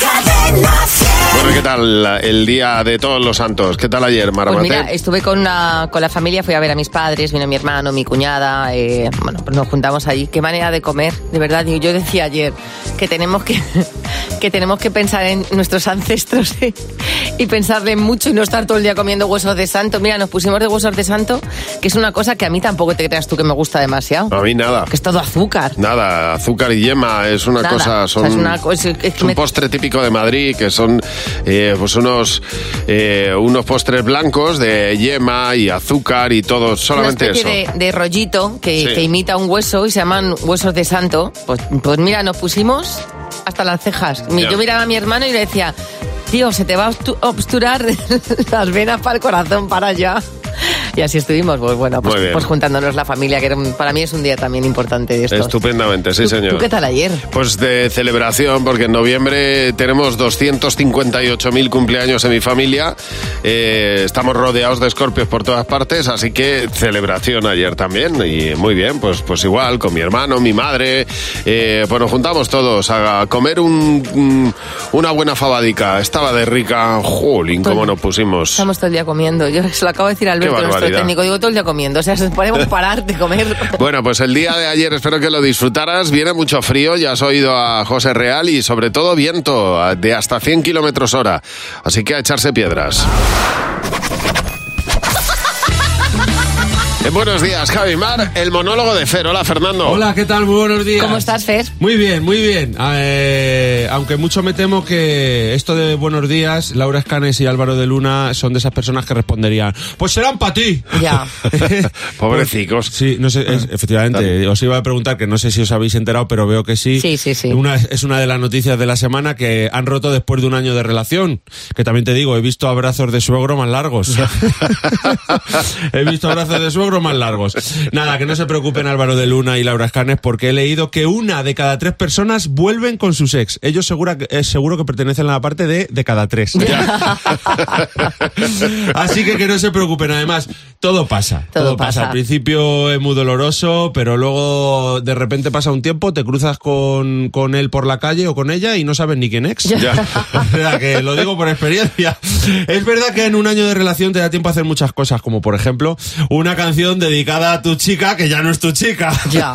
Cadena 100. Bueno, ¿qué tal el día de todos los santos? ¿Qué tal ayer, Mara Pues mira, Martín? estuve con, una- con la familia, fui a ver a mis padres, vino mi hermano, mi cuñada, eh, bueno, pues nos juntamos allí. Qué manera de comer, de verdad. Y Yo decía ayer que tenemos que, que tenemos que pensar en nuestros ancestros ¿eh? y pensarle mucho y no estar todo el día comiendo huesos de santo. Mira, nos pusimos de huesos de santo, que es una cosa que a mí tampoco te creas tú que me gusta demasiado, A mí nada. que es todo azúcar. Nada, azúcar y yema es una Nada. cosa, O sea, son, es una cosa- es que es un me- postre típico de Madrid, que son eh, pues unos, eh, unos postres blancos de yema y azúcar y todo, solamente una eso. especie De, de rollito que, Sí. que imita un hueso y se llaman huesos de santo. Pues, pues mira, nos pusimos hasta las cejas. Mi- Ya. Yo miraba a mi hermano y le decía, tío, se te va a obstu- obsturar las venas para el corazón, para allá. Y así estuvimos, pues bueno, Muy pues, bien. pues juntándonos la familia, que era un- para mí es un día también importante de estos. Estupendamente, sí ¿Tú- señor. ¿Tú qué tal ayer? Pues de celebración, porque en noviembre tenemos 258.000 cumpleaños en mi familia. Eh, estamos rodeados de escorpios por todas partes, así que celebración ayer también. Y muy bien, pues, pues igual, con mi hermano, mi madre. Eh, pues nos juntamos todos a comer un- un- una buena fabadica. Estaba de rica. Jolín, cómo nos pusimos. Estamos todo el día comiendo. Yo se lo acabo de decir a Alberto, nuestro barbaridad. técnico. Digo, todo el día comiendo. O sea, se podemos parar de comer. Bueno, pues el día de ayer espero que lo disfrutaras. Viene mucho frío, ya has oído a José Real y sobre todo viento a- de hasta 100 kilómetros hora. Así que a echarse piedras. En Eh, buenos días, Javi Mar, el monólogo de Fer. Hola, Fernando. Hola, ¿qué tal? Muy buenos días. ¿Cómo estás, Fer? Muy bien, muy bien. Eh, aunque mucho me temo que esto de buenos días, Laura Escanes y Álvaro de Luna son de esas personas que responderían, pues serán para ti. Pues, Ya. Pobrecicos. Sí, no sé, es- efectivamente, os iba a preguntar que no sé si os habéis enterado, pero veo que sí. Sí, sí, sí. Una, es una de las noticias de la semana que han roto después de un año de relación. Que también te digo, he visto abrazos de suegro más largos. he visto abrazos de suegro más largos. Nada, que no se preocupen Álvaro de Luna y Laura Escanes porque he leído que una de cada tres personas vuelven con sus ex. Ellos segura, eh, seguro que pertenecen a la parte de de cada tres. Así que que no se preocupen, además, todo pasa. Todo Todo, pasa. pasa. Al principio es muy doloroso, pero luego de repente pasa un tiempo, te cruzas con, con él por la calle o con ella y no sabes ni quién es. O sea, que lo digo por experiencia. Es verdad que en un año de relación te da tiempo a hacer muchas cosas, como por ejemplo una canción dedicada a tu chica que ya no es tu chica. Ya.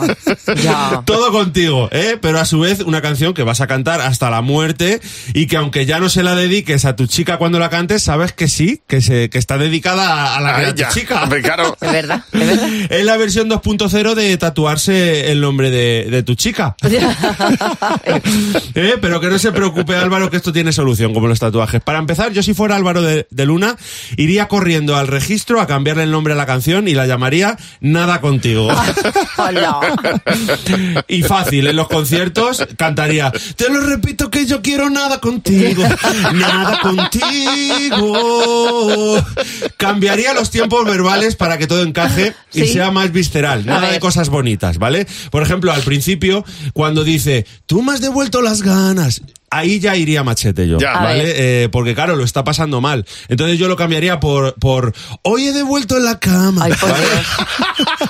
Ya. Todo contigo, ¿eh? Pero a su vez una canción que vas a cantar hasta la muerte y que aunque ya no se la dediques a tu chica cuando la cantes, sabes que sí, que, se, que está dedicada a, a A la que era tu ella. chica. Hombre, Ah, pues claro. Es verdad, es verdad. Es la versión 2.0 de tatuarse el nombre de, de tu chica. Eh, Pero que no se preocupe Álvaro, que esto tiene solución, como los tatuajes. Para empezar, yo si fuera Álvaro de, de Luna, iría corriendo al registro a cambiarle el nombre a la canción y la llamaría Nada contigo. Hola. Y fácil, en los conciertos cantaría, te lo repito que yo quiero nada contigo, nada contigo. Cambiaría los tiempos verbales para que todo encaje y Sí. sea más visceral, nada de ver. cosas bonitas, ¿vale? Por ejemplo, al principio, cuando dice, tú me has devuelto las ganas. Ahí ya iría machete yo, Ya. A ¿vale? ver. Eh, porque claro, lo está pasando mal. Entonces yo lo cambiaría por, por hoy he devuelto en la cama. Ay, por ¿vale? Dios.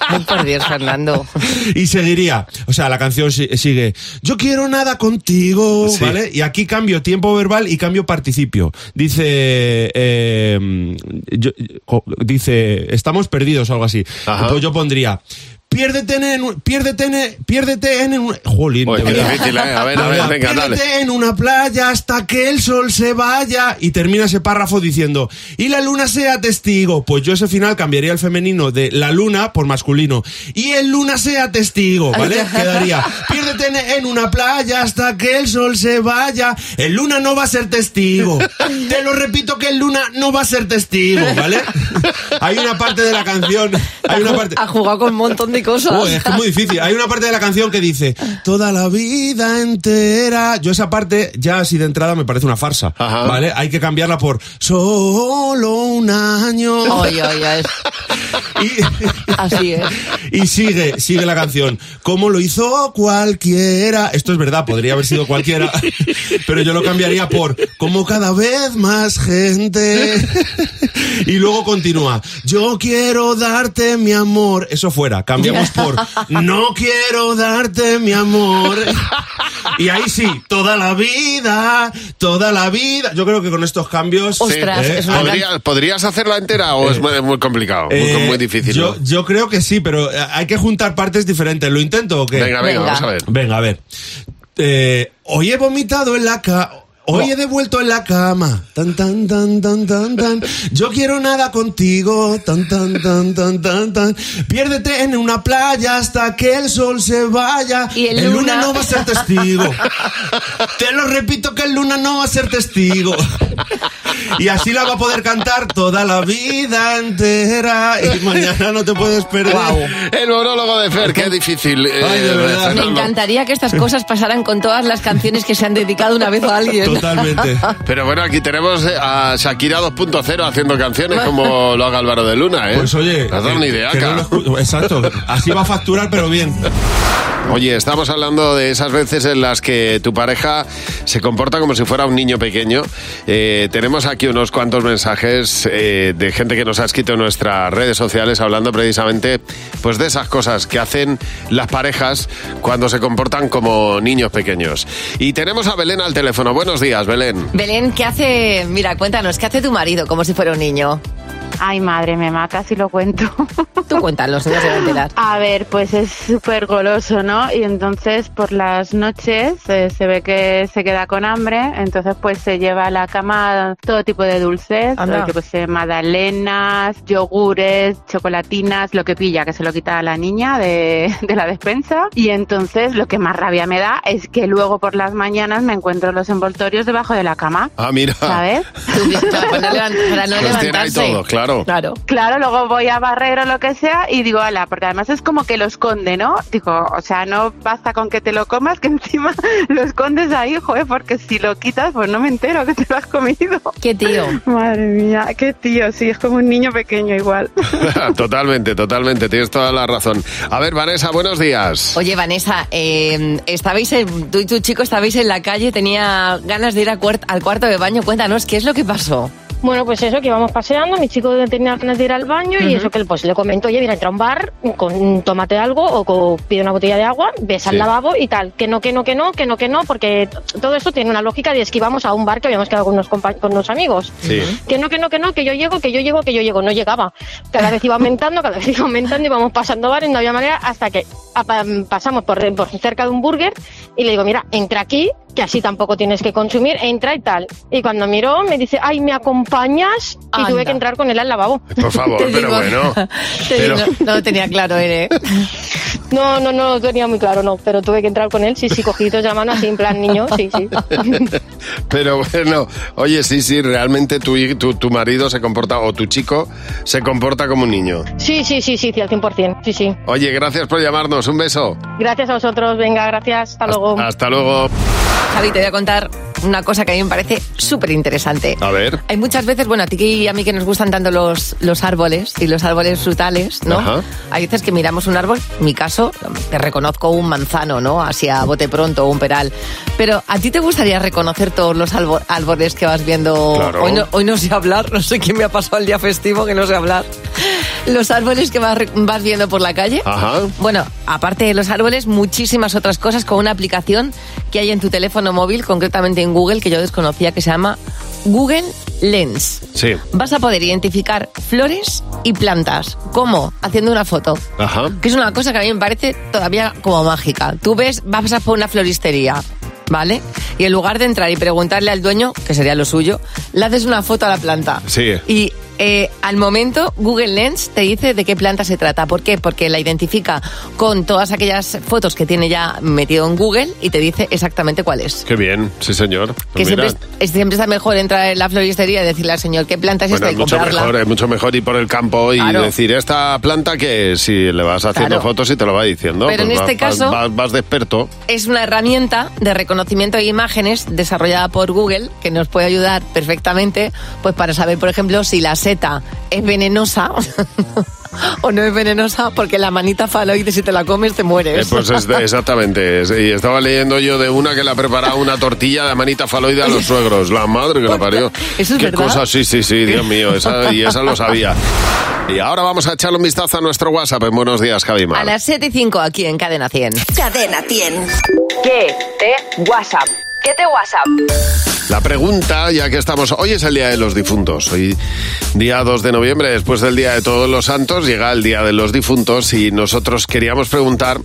Ay, por Dios, Fernando. Y seguiría. O sea, la canción si- sigue. Yo quiero nada contigo, Sí. ¿vale? Y aquí cambio tiempo verbal y cambio participio. Dice. eh, yo- co- dice. Estamos perdidos o algo así. Ajá. Entonces yo pondría. Piérdete en. un- Piérdete en. Piérdete en. un-". Jolín, Pues de qué verdad. difícil, ¿eh? A ver, a ver, Nada, venga, dale. "Piérdete en una playa hasta que el sol se vaya y termina ese párrafo diciendo y la luna sea testigo pues yo ese final cambiaría el femenino de la luna por masculino y el luna sea testigo vale quedaría piérdete en- en una playa hasta que el sol se vaya el luna no va a ser testigo te lo repito que el luna no va a ser testigo vale hay una parte de la canción hay una parte Ha jugado con un montón de cosas. Uy, es que es muy difícil. Hay una parte de la canción que dice toda la vida entera. Yo esa parte ya así de entrada me parece una farsa, Ajá. ¿vale? Hay que cambiarla por solo un año. Ay, ay, ay. Y, Así es. y sigue, sigue la canción. Como lo hizo cualquiera. Esto es verdad, podría haber sido cualquiera. Pero yo lo cambiaría por como cada vez más gente. Y luego continúa. Yo quiero darte mi amor. Eso fuera. Cambiamos por No quiero darte mi amor. Y ahí sí, toda la vida, toda la vida. Yo creo que con estos cambios. Ostras, ¿eh? es una Podría- ¿Podrías, podrías hacerla entera o es muy, muy complicado? Muy- eh, muy, difícil. Yo, ¿no? yo creo que sí, pero eh, hay que juntar partes diferentes. ¿Lo intento o qué? Venga, venga, Venga. vamos a ver. Venga, a ver. Eh, hoy he vomitado en la cama. Hoy he devuelto en la cama. Tan, tan, tan, tan, tan, tan. Yo quiero nada contigo. Tan, tan, tan, tan, tan, tan. Piérdete en una playa hasta que el sol se vaya. Y el luna. no va a ser testigo. Te lo repito que el luna no va a ser testigo. Y así la va a poder cantar toda la vida entera. Y mañana no te puedes perder. El monólogo de Fer, qué difícil. eh, Ay, de verdad. Me hacerlo. encantaría que estas cosas pasaran con todas las canciones que se han dedicado una vez a alguien. Totalmente. Pero bueno, aquí tenemos eh, a Shakira 2.0 haciendo canciones como lo haga Álvaro de Luna, ¿eh? Pues oye, No has dado ni eh, idea, que no cara. lo escu- exacto, así va a facturar pero bien. Oye, estamos hablando de esas veces en las que tu pareja se comporta como si fuera un niño pequeño. Eh, tenemos aquí unos cuantos mensajes eh, de gente que nos ha escrito en nuestras redes sociales hablando precisamente pues, de esas cosas que hacen las parejas cuando se comportan como niños pequeños. Y tenemos a Belén al teléfono. Buenos días, Belén. Belén, ¿qué hace? Mira, cuéntanos, ¿qué hace tu marido como si fuera un niño? Ay, madre, me mata si lo cuento. Tú cuéntanos, no se va a enterar. A ver, pues es súper goloso, ¿no? Y entonces por las noches eh, se ve que se queda con hambre, entonces pues se lleva a la cama todo tipo de dulces, Anda. eh, yo que sé, magdalenas, yogures, chocolatinas, lo que pilla, que se lo quita a la niña de, de la despensa. Y entonces lo que más rabia me da es que luego por las mañanas me encuentro los envoltorios debajo de la cama, Ah, mira. ¿sabes? Tú, para no, levant- para no Los Pues tiene ahí levantarse. todo, claro. Claro. Claro, luego voy a barrer o lo que sea y digo, ala, porque además es como que lo esconde, ¿no? Digo, o sea, no basta con que te lo comas, que encima lo escondes ahí, joder, porque si lo quitas, pues no me entero que te lo has comido. ¿Qué tío? Madre mía, qué tío, sí, es como un niño pequeño igual. totalmente, totalmente. Tienes toda la razón. A ver, Vanessa, buenos días. Oye, Vanessa, eh, estabais en- tú y tu chico estabais en la calle, tenía ganas de ir a cuart- al cuarto de baño. Cuéntanos, ¿qué es lo que pasó? Bueno, pues eso, que íbamos paseando, mi chico tenía ganas de ir al baño y eso que pues le comento, oye, viene a entrar a un bar, con, tómate algo o co- pide una botella de agua, ves Sí. al lavabo y tal. Que no, que no, que no, que no, que no, porque t- todo eso tiene una lógica de es que íbamos a un bar que habíamos quedado con unos, compa- con unos amigos. Sí. Que no, que no, que no, que yo llego, que yo llego, que yo llego. No llegaba. Cada vez iba aumentando, cada vez iba aumentando, íbamos pasando bares, no había manera, hasta que apa- pasamos por, por cerca de un burger y le digo, mira, entra aquí, que así tampoco tienes que consumir, entra y tal. Y cuando miró, me dice, ay, ¿me acompañas? Y Anda. tuve que entrar con él al lavabo. Por favor, Te pero digo- bueno. te Pero- digo, no, lo tenía claro, ¿eh? No, no, no lo tenía muy claro, no, pero tuve que entrar con él, sí, sí, cogiditos de la mano, así en plan niño, sí, sí. Pero bueno, oye, sí, sí, realmente tu, hij- tu, tu marido se comporta, o tu chico, se comporta como un niño. Sí, sí, sí, sí, sí, al 100%, sí, sí. Oye, gracias por llamarnos, un beso. Gracias a vosotros, venga, gracias, hasta luego. Oh. Hasta luego. Javi, te voy a contar una cosa que a mí me parece súper interesante. A ver. Hay muchas veces, bueno, a ti que- y a mí que nos gustan tanto los, los árboles y los árboles frutales, ¿no? Ajá. Hay veces que miramos un árbol, en mi caso, te reconozco un manzano, ¿no? Así a bote pronto, un peral. Pero ¿a ti te gustaría reconocer todos los albo- árboles que vas viendo? Claro. Hoy, no, hoy no sé hablar, no sé quién me ha pasado el día festivo que no sé hablar. Los árboles que vas, re- vas viendo por la calle. Ajá. Bueno, aparte de los árboles, muchísimas otras cosas con una aplicación que hay en tu teléfono móvil, concretamente en Google, que yo desconocía, que se llama Google Lens. Sí. Vas a poder identificar flores y plantas. ¿Cómo? Haciendo una foto. Ajá. Que es una cosa que a mí me parece todavía como mágica. Tú ves, vas a por una floristería, ¿vale? Y en lugar de entrar y preguntarle al dueño, que sería lo suyo, le haces una foto a la planta. Sí. Y eh, al momento Google Lens te dice de qué planta se trata. ¿Por qué? Porque la identifica con todas aquellas fotos que tiene ya metido en Google y te dice exactamente cuál es. Qué bien, sí, señor. Que Pues mira, siempre, es- siempre está mejor entrar en la floristería y decirle al señor qué planta es bueno, esta es y mucho comprarla. mejor, es mucho mejor ir por el campo y Claro. decir esta planta que si le vas haciendo Claro. fotos y te lo va diciendo. pues Pero en va- este vas- caso- vas- vas de experto. es una herramienta de reconocimiento de imágenes desarrollada por Google que nos puede ayudar perfectamente pues para saber, por ejemplo, si las seta es venenosa o no es venenosa, porque la manita faloide, si te la comes, te Eh, mueres. pues este, exactamente. es- Y estaba leyendo yo de una que le ha preparado una tortilla de manita faloide a los suegros. La madre que la parió. Pues, ¿Eso es Qué verdad? cosa, sí, sí, sí, Dios mío. Esa, y esa lo sabía. Y ahora vamos a echarle un vistazo a nuestro WhatsApp en Buenos Días, Javi Mar. A las 7 y 5 aquí en Cadena 100. Cadena 100. ¿Qué te WhatsApp? ¿Qué te WhatsApp? La pregunta, ya que estamos, hoy es el Día de los Difuntos, hoy día 2 de noviembre, después del Día de Todos los Santos, llega el Día de los Difuntos y nosotros queríamos preguntar,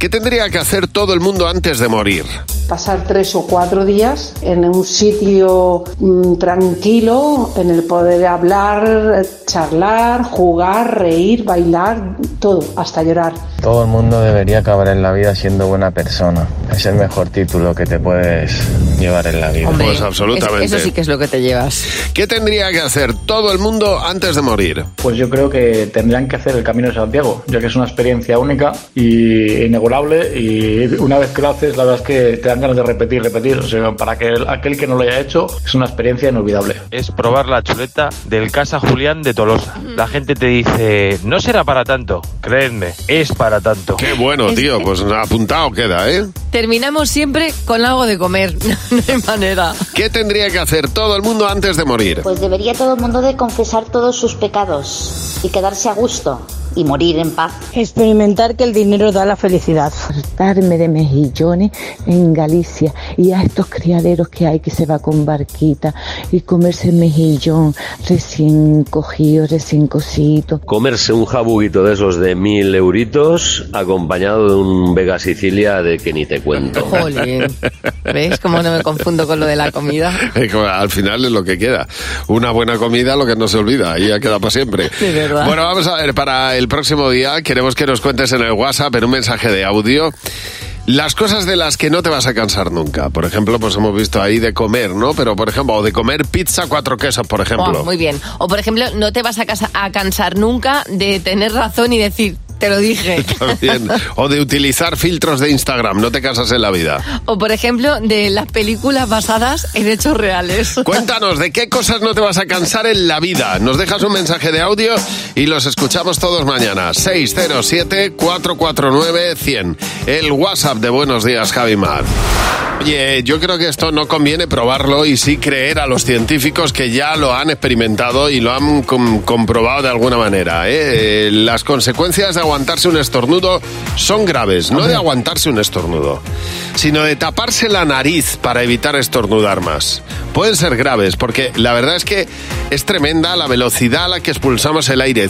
¿qué tendría que hacer todo el mundo antes de morir? pasar tres o cuatro días en un sitio mm, tranquilo, en el poder hablar, charlar, jugar, reír, bailar, todo, hasta llorar. Todo el mundo debería acabar en la vida siendo buena persona. Es el mejor título que te puedes llevar en la vida. Hombre, Pues absolutamente. eso sí que es lo que te llevas. ¿Qué tendría que hacer todo el mundo antes de morir? Pues yo creo que tendrán que hacer el Camino de Santiago, ya que es una experiencia única y inigualable y una vez que lo haces la verdad es que te dan ganas de repetir, repetir. O sea, para que el- aquel que no lo haya hecho es una experiencia inolvidable. es probar la chuleta del Casa Julián de Tolosa. La gente te dice, Eh, no será para tanto, creedme, es para tanto. Qué bueno, tío, pues apuntado queda, ¿eh? Terminamos siempre con algo de comer. No hay manera. ¿Qué tendría que hacer todo el mundo antes de morir? Pues debería todo el mundo de confesar todos sus pecados y quedarse a gusto y morir en paz. Experimentar que el dinero da la felicidad. Darme de mejillones en Galicia y a estos criaderos que hay que se va con barquita y comerse el mejillón recién cogido, recién cosito. Comerse un jabuguito de esos de mil euritos acompañado de un Vega Sicilia de que ni te cuento. Jolín. ¿Ves cómo no me confundo con lo de la comida? Eh, como Al final es lo que queda. Una buena comida, lo que no se olvida, y ya queda para siempre. De verdad. Bueno, vamos a ver, para el próximo día queremos que nos cuentes en el WhatsApp, en un mensaje de audio, las cosas de las que no te vas a cansar nunca. Por ejemplo, pues hemos visto ahí de comer, ¿no? Pero, por ejemplo, o de comer pizza cuatro quesos, por ejemplo. Oh, muy bien. O por ejemplo, no te vas a, casa- a cansar nunca de tener razón y decir, te lo dije. También. O de utilizar filtros de Instagram, no te cansas en la vida. O por ejemplo, de las películas basadas en hechos reales. Cuéntanos, ¿de qué cosas no te vas a cansar en la vida? Nos dejas un mensaje de audio y los escuchamos todos mañana. 607-449-100. El WhatsApp de Buenos Días, Javi Mar. Oye, yo creo que esto no conviene probarlo y sí creer a los científicos que ya lo han experimentado y lo han com- comprobado de alguna manera. ¿eh? Eh, Las consecuencias de aguantarse un estornudo son graves, no de aguantarse un estornudo, sino de taparse la nariz para evitar estornudar más. Pueden ser graves porque la verdad es que es tremenda la velocidad a la que expulsamos el aire,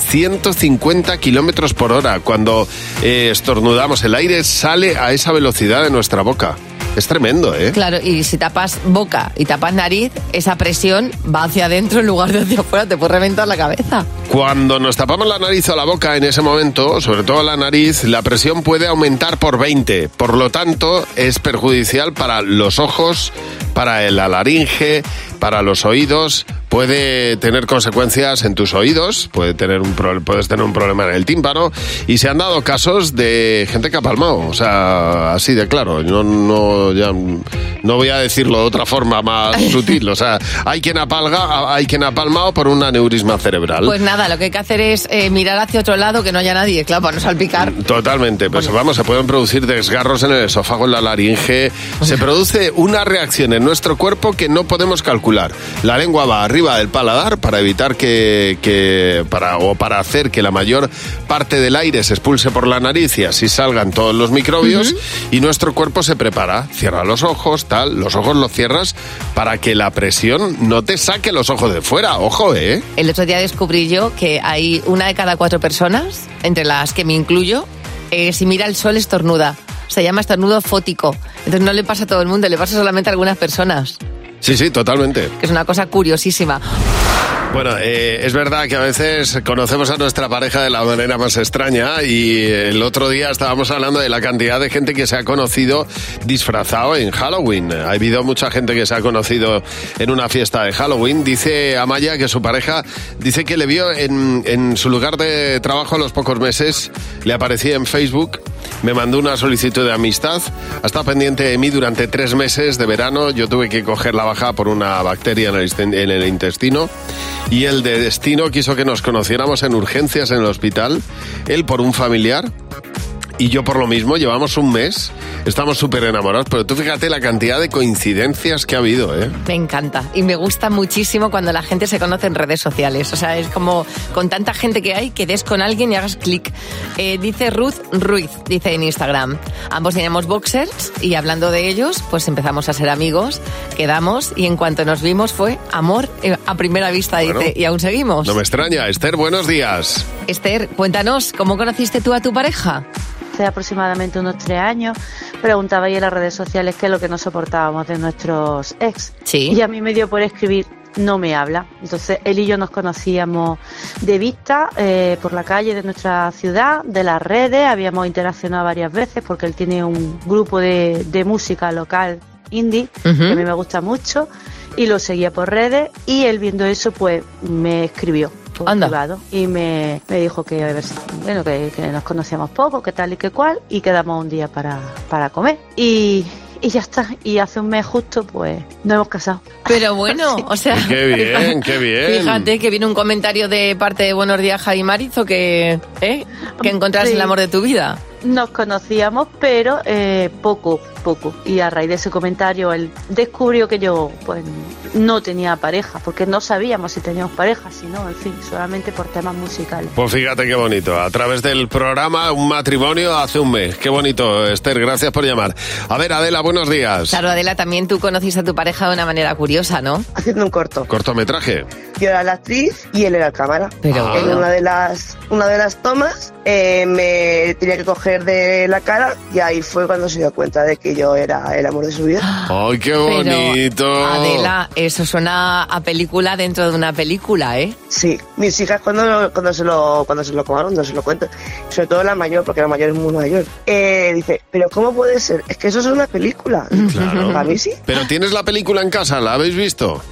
150 kilómetros por hora. Cuando eh, estornudamos, el aire sale a esa velocidad de nuestra boca. Es tremendo, ¿eh? Claro, y si tapas boca y tapas nariz, esa presión va hacia adentro en lugar de hacia afuera, te puede reventar la cabeza. Cuando nos tapamos la nariz o la boca en ese momento, sobre todo la nariz, la presión puede aumentar por 20. Por lo tanto, es perjudicial para los ojos, para la laringe, para los oídos. Puede tener consecuencias en tus oídos, puede tener un pro- puedes tener un problema en el tímpano. Y se han dado casos de gente que ha palmado, o sea, así de claro. No, no, ya, no voy a decirlo de otra forma más sutil. O sea, hay quien, apalga, hay quien ha palmado por un aneurisma cerebral. Pues nada, lo que hay que hacer es eh, mirar hacia otro lado que no haya nadie, claro, para no salpicar. Totalmente, pues vamos, se pueden producir desgarros en el esófago, en la laringe. Se produce una reacción en nuestro cuerpo que no podemos calcular. La lengua va arriba del paladar para evitar que, que- para, o para hacer que la mayor parte del aire se expulse por la nariz y así salgan todos los microbios. Y nuestro cuerpo se prepara, cierra los ojos, tal, los ojos los cierras para que la presión no te saque los ojos de fuera. Ojo, eh. El otro día descubrí yo que hay una de cada cuatro personas, entre las que me incluyo, eh, si mira el sol estornuda. Se llama estornudo fótico. Entonces no le pasa a todo el mundo, le pasa solamente a algunas personas, Sí, sí, totalmente. que es una cosa curiosísima. Bueno, eh, es verdad que a veces conocemos a nuestra pareja de la manera más extraña y el otro día estábamos hablando de la cantidad de gente que se ha conocido disfrazado en Halloween. Ha habido mucha gente que se ha conocido en una fiesta de Halloween. Dice Amaya que su pareja dice que le vio en, en su lugar de trabajo a los pocos meses, le aparecía en Facebook, me mandó una solicitud de amistad, ha estado pendiente de mí durante tres meses de verano, yo tuve que coger la baja por una bacteria en el insten- en el intestino. y el de destino quiso que nos conociéramos en urgencias en el hospital, él por un familiar. Y yo por lo mismo, llevamos un mes, estamos súper enamorados, pero tú fíjate la cantidad de coincidencias que ha habido, ¿eh? Me encanta y me gusta muchísimo cuando la gente se conoce en redes sociales. O sea, es como con tanta gente que hay que des con alguien y hagas clic. Eh, dice Ruth Ruiz, dice en Instagram. Ambos teníamos boxers y hablando de ellos, pues empezamos a ser amigos, quedamos y en cuanto nos vimos fue amor eh, a primera vista, Bueno. dice, y aún seguimos. No me extraña. Esther, buenos días. Esther, cuéntanos, ¿cómo conociste tú a tu pareja? hace aproximadamente unos tres años, preguntaba ahí en las redes sociales qué es lo que no soportábamos de nuestros ex. Sí. Y a mí me dio por escribir, no me habla. Entonces él y yo nos conocíamos de vista eh, por la calle de nuestra ciudad, de las redes, habíamos interaccionado varias veces porque él tiene un grupo de, de música local indie Ujú. que a mí me gusta mucho y lo seguía por redes y él viendo eso pues me escribió por privado y me, me dijo que, a ver, bueno, que, que nos conocíamos poco, que tal y que cual y quedamos un día para, para comer y, y ya está y hace un mes justo pues nos hemos casado. Pero bueno, o sea... Qué bien, qué bien. Fíjate que viene un comentario de parte de Buenos Días Javi Marizo que, ¿eh? que encontrás Sí. el amor de tu vida. Nos conocíamos pero eh, poco, poco y a raíz de ese comentario él descubrió que yo pues no tenía pareja porque no sabíamos si teníamos pareja, sino en fin, solamente por temas musicales. Pues fíjate qué bonito. A través del programa Un matrimonio hace un mes. Qué bonito, Esther. Gracias por llamar. A ver, Adela, buenos días. Claro, Adela, también tú conociste a tu pareja de una manera curiosa, ¿no? haciendo un corto. Cortometraje. Yo era la actriz y él era el cámara. Pero- en una de las una de las tomas eh, me tenía que coger de la cara y ahí fue cuando se dio cuenta de que yo era el amor de su vida. ¡Ay, qué Pero, bonito! Adela, eso suena a película dentro de una película, ¿eh? Sí, mis hijas cuando, cuando se lo cuando se lo comaron, no se lo cuento, sobre todo la mayor, porque la mayor es muy mayor, eh, dice, pero ¿cómo puede ser? Es que eso es una película. Claro. Para mí sí. Pero tienes la película en casa, ¿la habéis visto?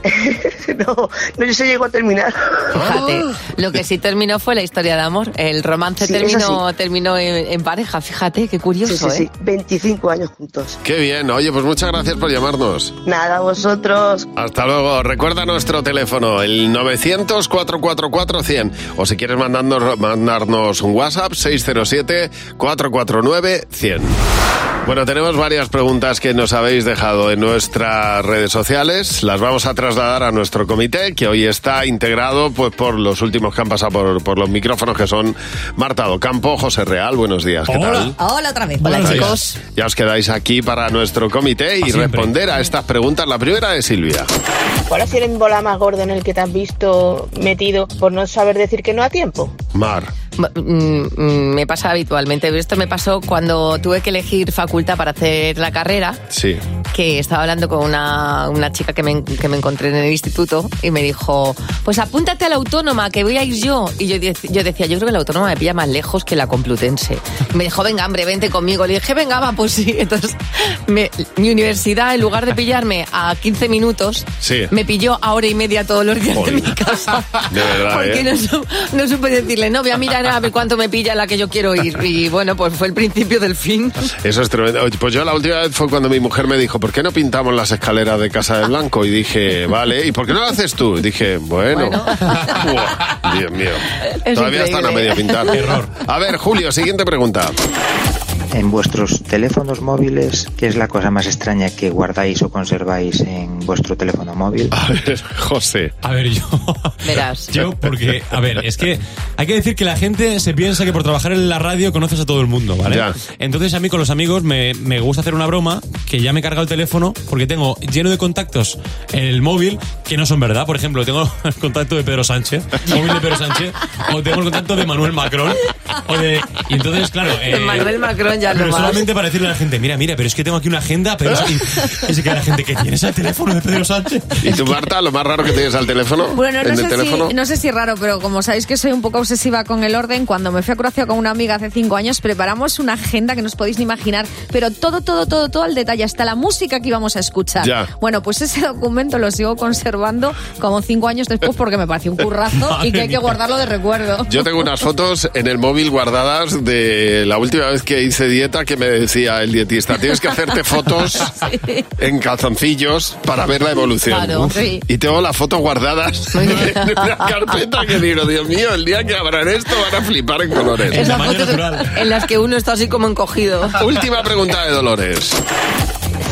No, no se llegó a terminar. Fíjate, Ah. lo que sí terminó fue la historia de amor. El romance Sí, terminó, eso terminó en, en pareja, fíjate, qué curioso, Sí, sí, ¿eh? sí, 25 años juntos. Qué bien. Oye, pues muchas gracias por llamarnos. Nada, vosotros. Hasta luego. Recuerda nuestro teléfono, el 900-444-100. O si quieres mandarnos, mandarnos un WhatsApp, 607-449-100. Bueno, tenemos varias preguntas que nos habéis dejado en nuestras redes sociales. Las vamos a trasladar a nuestro comité, que hoy está integrado pues, por los últimos que han pasado por, por los micrófonos, que son Marta Docampo, José Real. Buenos días, ¿qué tal? Hola otra vez. Hola, chicos. Ya os quedáis aquí para nuestro comité y responder a estas preguntas. La primera es Silvia. ¿Cuál ha sido el bola más gordo en el que te has visto metido por no saber decir que no a tiempo? Mar. Mm, mm, Me pasa habitualmente. Esto me pasó cuando tuve que elegir facultad para hacer la carrera. Sí. que estaba hablando con una, una chica que me, que me encontré en el instituto y me dijo, pues apúntate a la autónoma, que voy a ir yo. Y yo, dec- yo decía, yo creo que la autónoma me pilla más lejos que la complutense. Me dijo, venga, hombre, vente conmigo. Le dije, venga, va, pues sí. Entonces, me- mi universidad, en lugar de pillarme a 15 minutos, Sí. me pilló a hora y media todos los días de mi casa. De verdad, Porque ¿eh? no, su- no supe decirle, no, voy a mirar a ver cuánto me pilla la que yo quiero ir. Y bueno, pues fue el principio del fin. Eso es tremendo. Oye, Pues yo la última vez fue cuando mi mujer me dijo, ¿por qué no pintamos las escaleras de Casa de Blanco? Y dije, vale, ¿y por qué no lo haces tú? Y dije, bueno. Buah, Dios mío. Es Todavía están a increíble. medio pintar. Error. A ver, Julio, siguiente pregunta. En vuestros teléfonos móviles, ¿qué es la cosa más extraña que guardáis o conserváis en vuestro teléfono móvil? A ver, José. A ver, yo. Verás. Yo, porque, a ver, es que hay que decir que la gente se piensa que por trabajar en la radio conoces a todo el mundo, ¿vale? Ya. Entonces a mí con los amigos me, me gusta hacer una broma que ya me he cargado el teléfono porque tengo lleno de contactos en el móvil que no son verdad. Por ejemplo, tengo el contacto de Pedro Sánchez, móvil de Pedro Sánchez, o tengo el contacto de Manuel Macron, o de... Y entonces, claro... eh, Manuel Macron ya no Pero más. solamente para decirle a la gente, mira, mira, pero es que tengo aquí una agenda, pero es que, es que la gente que tienes el teléfono de Pedro Sánchez. ¿Y tú, Marta, lo más raro que tienes al teléfono? Bueno, no ¿En el sé, teléfono? si, no sé si es raro, pero como sabéis que soy un poco obsesiva con el orden, cuando me fui a Croacia con una amiga hace cinco años, preparamos una agenda que no os podéis ni imaginar, pero todo, todo, todo, todo al detalle. y hasta la música que íbamos a escuchar. Ya. Bueno, pues ese documento lo sigo conservando como cinco años después porque me pareció un currazo y que hay que guardarlo de recuerdo. Yo tengo unas fotos en el móvil guardadas de la última vez que hice dieta que me decía el dietista, tienes que hacerte fotos en calzoncillos para ver la evolución. Claro, Uf. sí. Y tengo las fotos guardadas en una carpeta que digo, Dios mío, el día que abran esto van a flipar en colores. Esas fotos en las que uno está así como encogido. Última pregunta de Dolores.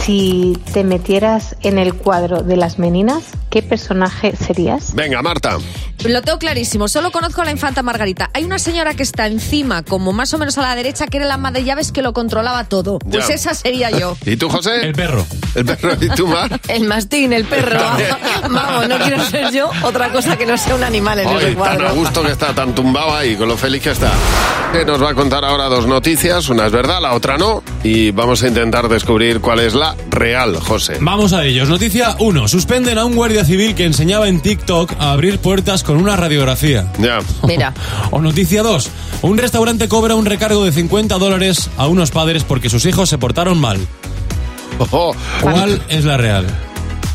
Si te metieras en el cuadro de las meninas, ¿qué personaje serías? Venga, Marta. Lo tengo clarísimo, solo conozco a la infanta Margarita. Hay una señora que está encima, como más o menos a la derecha, que era la ama de llaves que lo controlaba todo. Pues Ya. esa sería yo. ¿Y tú, José? El perro. El perro. ¿Y tú, Mar? El mastín, el perro. Vamos, no quiero ser yo otra cosa que no sea un animal en Ay, ese tan a cuadro. gusto que está, tan tumbado ahí, con lo feliz que está. Que nos va a contar ahora dos noticias, una es verdad, la otra no, y vamos a intentar descubrir cuál es la real, José. Vamos a ellos. Noticia 1. Suspenden a un guardia civil que enseñaba en TikTok a abrir puertas con una radiografía. Ya. Mira. O noticia 2. Un restaurante cobra un recargo de 50 dólares a unos padres porque sus hijos se portaron mal. ¿Cuál es la real?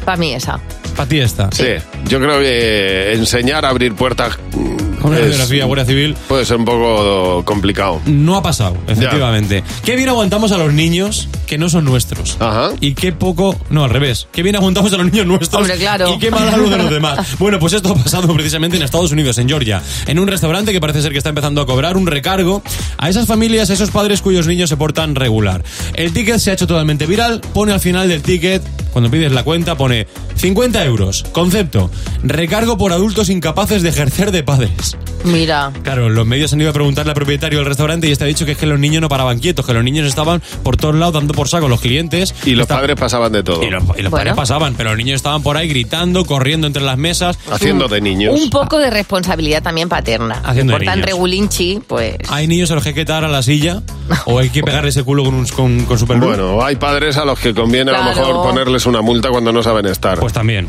Para mí esa. Para ti esta. Sí, yo creo que enseñar a abrir puertas... mm, Una es- radiografía, Guardia Civil. Puede ser un poco complicado. No ha pasado, efectivamente. Qué bien aguantamos a los niños que no son nuestros. Y qué poco. No, al revés. Qué bien aguantamos a los niños nuestros. Hombre, claro. Y qué mala luz de los demás. Bueno, pues esto ha pasado precisamente en Estados Unidos, en Georgia. En un restaurante que parece ser que está empezando a cobrar un recargo a esas familias, a esos padres cuyos niños se portan regular. El ticket se ha hecho totalmente viral. Pone al final del ticket, cuando pides la cuenta, pone 50 euros. Concepto: recargo por adultos incapaces de ejercer de padres. Mira. Claro, los medios han ido a preguntarle al propietario del restaurante y este ha dicho que es que los niños no paraban quietos, que los niños estaban por todos lados dando por saco los clientes. Y los padres pasaban de todo. Y los, y los padres pasaban, pero los niños estaban por ahí gritando, corriendo entre las mesas. Haciendo de niños. Un poco de responsabilidad también paterna. Haciendo de Por tan niños. regulinchi, pues. Hay niños a los que hay que atar a la silla o hay que pegarles el culo con, un, con, con superglue. Bueno, hay padres a los que conviene a lo Claro. mejor ponerles una multa cuando no saben estar. Pues también.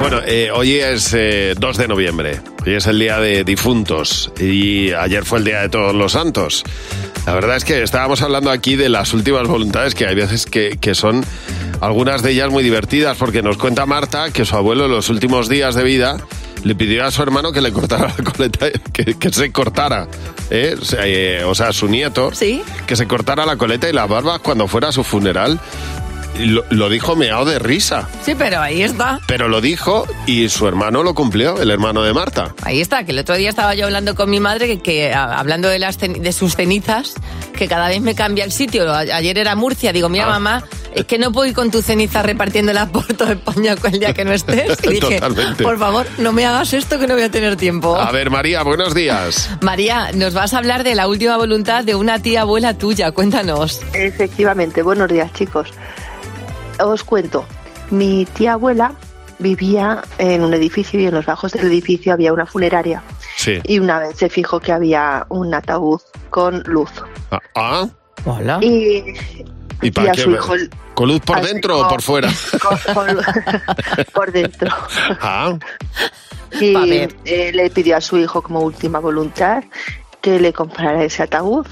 Bueno, eh, hoy es eh, 2 de noviembre. Hoy es el día de difuntos y ayer fue el día de todos los santos. La verdad es que estábamos hablando aquí de las últimas voluntades que hay veces que, que son algunas de ellas muy divertidas porque nos cuenta Marta que su abuelo en los últimos días de vida le pidió a su hermano que le cortara la coleta, que, que se cortara, ¿eh? O, sea, eh, o sea, su nieto, que se cortara la coleta y las barbas cuando fuera a su funeral. Y Lo, lo dijo meado de risa. Sí, pero ahí está. Pero lo dijo y su hermano lo cumplió, el hermano de Marta. Ahí está, que el otro día estaba yo hablando con mi madre, que, que, a- hablando de, las cen- de sus cenizas, que cada vez me cambia el sitio. A- Ayer era Murcia, digo, Ah. mira mamá, es que no puedo ir con tus cenizas repartiéndolas por toda España con el día que no estés. Y dije, Totalmente. por favor, no me hagas esto que no voy a tener tiempo. A ver, María, buenos días. María, nos vas a hablar de la última voluntad de una tía abuela tuya, cuéntanos. Efectivamente, buenos días chicos. Os cuento, mi tía abuela vivía en un edificio y en los bajos del edificio había una funeraria Sí. y una vez se fijó que había un ataúd con luz. Ah, Ah, Hola. Y, ¿Y para a qué? su hijo- ¿Con luz por a su dentro hijo- o por fuera? con- con- por dentro. Ah, Y Pa' ver. eh, le pidió a su hijo como última voluntad que le comprara ese ataúd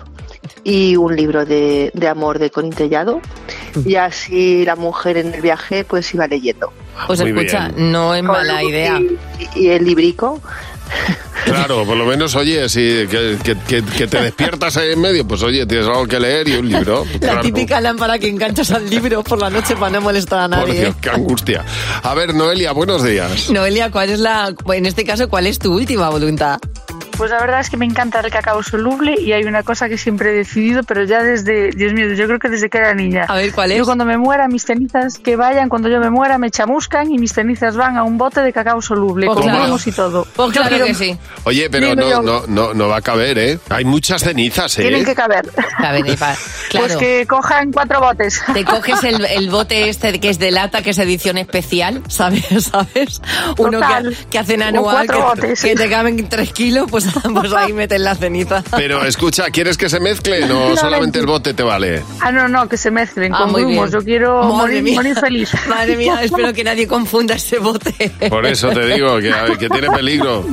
y un libro de, de amor de Corín Tellado. Mm. Y así la mujer en el viaje pues iba leyendo. Pues Muy escucha, no es Con mala luz idea. Y, y el librico. claro, por lo menos, oye, si que, que- que- que te despiertas ahí en medio, pues oye, tienes algo que leer y un libro. La Claro. típica lámpara que enganchas al libro por la noche para no molestar a Por nadie. ¿eh? Dios, qué angustia. A ver, Noelia, buenos días. Noelia, ¿cuál es la, en este caso, cuál es tu última voluntad? Pues la verdad es que me encanta el cacao Pues soluble y hay una cosa que siempre he decidido, pero ya desde, Dios mío, yo creo que desde que era niña. A ver, ¿cuál es? Yo cuando me muera, mis cenizas que vayan, cuando yo me muera, me chamuscan y mis cenizas van a un bote de cacao soluble, Pues con claro. grumos y todo. Pues Yo claro quiero- que sí. Oye, pero Dime no, yo. no, no, no va a caber, ¿eh? Hay muchas cenizas, ¿eh? Tienen que caber. Caben, y pa- claro. Pues que cojan cuatro botes. Te coges el, el bote este que es de lata, que es edición especial, ¿sabes? ¿Sabes? Uno que, Total. que hacen Como anual, cuatro que, botes. que te caben tres kilos, pues pues, pues ahí meten la ceniza. Pero escucha, ¿quieres que se mezclen o No, solamente mentira. el bote te vale? Ah, no, no, que se mezclen Ah, con muy grumos. bien. Yo quiero Madre morir, mía. morir feliz. Madre mía, espero que nadie confunda ese bote. Por eso te digo que, a ver, que tiene peligro.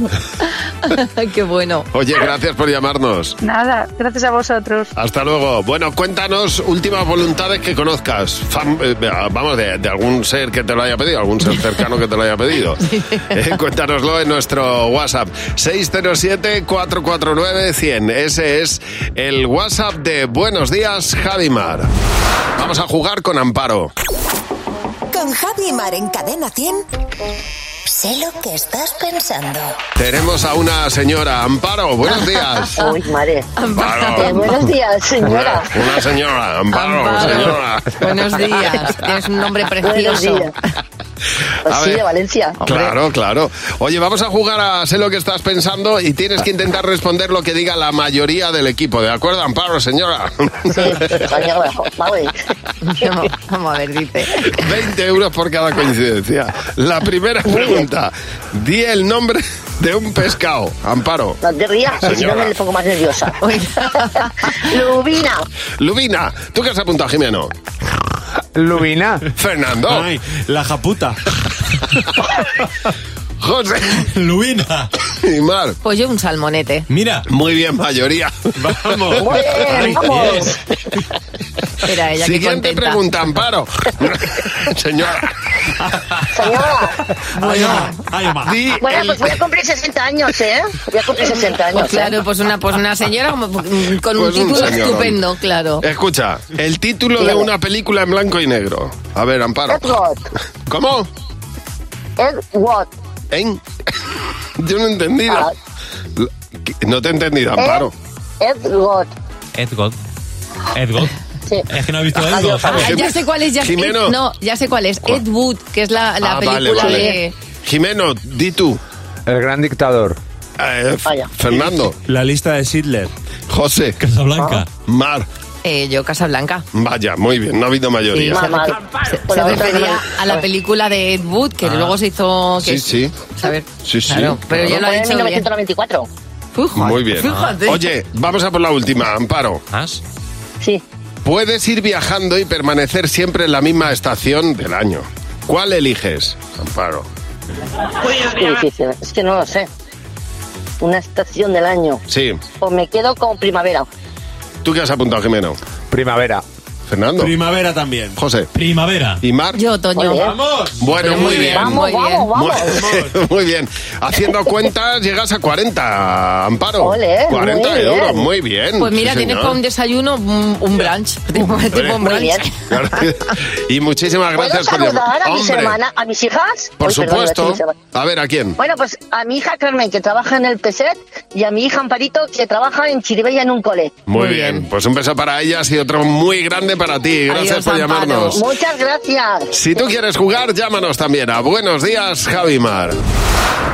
Qué bueno. Oye, gracias por llamarnos. Nada, gracias a vosotros. Hasta luego. Bueno, cuéntanos últimas voluntades que conozcas. Fam- eh, vamos, de, de algún ser que te lo haya pedido, algún ser cercano que te lo haya pedido. Eh, cuéntanoslo en nuestro WhatsApp. 607-449-100. Ese es el WhatsApp de Buenos Días, Javimar. Vamos a jugar con Amparo. Con Javi y Mar en Cadena 100. Sé lo que estás pensando. Tenemos a una señora. Amparo, Oh, buenos días. Uy, madre. Amparo. Eh, buenos días, señora. Una, una señora, Amparo, Amparo. señora. Buenos días. Tienes un nombre precioso. Buenos días. Pues A sí, ver. de Valencia. Claro, claro. Oye, vamos a jugar a sé lo que estás pensando y tienes que intentar responder lo que diga la mayoría del equipo, ¿de acuerdo, Amparo, señora? Coño, bueno, vamos. No, vamos a ver, dice. 20 euros por cada coincidencia. La primera pregunta. Di el nombre de un pescado, Amparo. No te rías, que si no Señora. me le pongo más nerviosa. Lubina. Lubina, ¿tú qué has apuntado, Jimeno? Lubina. Fernando. Ay, la japuta. José. Lubina. Y Mar. Pues yo un salmonete. Mira. Muy bien, mayoría. Vamos. Muy bien, Ay, vamos. yes. Era ella que Siguiente contenta. pregunta, Amparo. Señora. Señora. Ay, ma. Di Bueno, el- pues voy a cumplir 60 años, ¿eh? Voy a cumplir 60 años. Pues claro, ¿eh? pues una, pues una señora como- con un Pues un título señorón. estupendo, claro. Escucha, el título de Dígame. una película en blanco y negro. A ver, Amparo. Edward. ¿Cómo? Edward. ¿En? Yo no he entendido. Ah. ¿Qué? No te he entendido, Amparo. Edward. Eh. Edgod. Edgod. Sí. Es que no has visto Edgod, Ah, ¿sabes? ya sé cuál es, ya, Jimeno. Ed- no, ya sé cuál es. Ed Wood, que es la, la Ah, vale, película vale. de... Jimeno, di tú. El gran dictador. Eh, Vaya. Fernando. La lista de Schindler. José. Casablanca. Ah. Mar. Eh, yo, Casablanca. Vaya, muy bien, no ha habido Sí, mayoría. se, refe- pues se- se refería a la película de Ed Wood, que Ah. luego se hizo... que- Sí, sí. ¿sabes? Sí, sí. Claro, pero claro. yo lo he Fue en dicho bien. 1994. Muy bien. Fíjate. Oye, vamos a por la última, Amparo. ¿Más? Sí. Puedes ir viajando y permanecer siempre en la misma estación del año. ¿Cuál eliges, Amparo? Es que difícil, es que no lo sé. Una estación del año. Sí. O me quedo con primavera. ¿Tú qué has apuntado, Jimeno? Primavera. Fernando. Primavera también. José. Primavera. ¿Y Mar? Yo, Toño. ¡Vamos! Bueno, Pero muy bien. Muy bien. Muy, muy bien. Haciendo cuentas, llegas a 40, Amparo. Ole, 40 muy bien. euros, muy bien. Pues mira, sí, tienes señor. para un desayuno un, un brunch. Tipo, tipo un Muy brunch. bien. Claro. Y muchísimas ¿Puedo gracias por saludar llamar. a mis Hombre, hermanas, a mis hijas? Por Uy, perdón, iba a decir supuesto. mis hermanas. A ver, ¿a quién? Bueno, pues a mi hija Carmen, que trabaja en el PSET, y a mi hija Amparito, que trabaja en Chiribella en un cole. Muy bien. Pues un beso para ellas y otro muy grande para ti. Gracias por llamarnos. Muchas gracias. Si tú quieres jugar, llámanos también a Buenos Días, Javimar.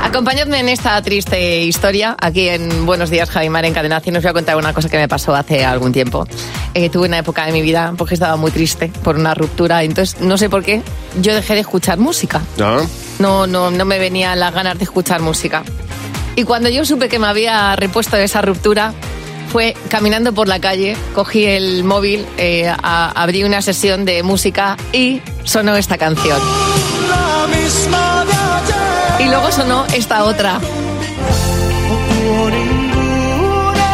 Acompañadme en esta triste historia. Aquí en Buenos Días, Javimar, en Cadena 100, os voy a contar una cosa que me pasó hace algún tiempo. Eh, tuve una época de mi vida porque estaba muy triste por una ruptura. Entonces, no sé por qué, yo dejé de escuchar música. ¿Ah? No, no, no me venían las ganas de escuchar música. Y cuando yo supe que me había repuesto de esa ruptura, fue caminando por la calle, cogí el móvil, eh, a- abrí una sesión de música y sonó esta canción. Y luego sonó esta otra.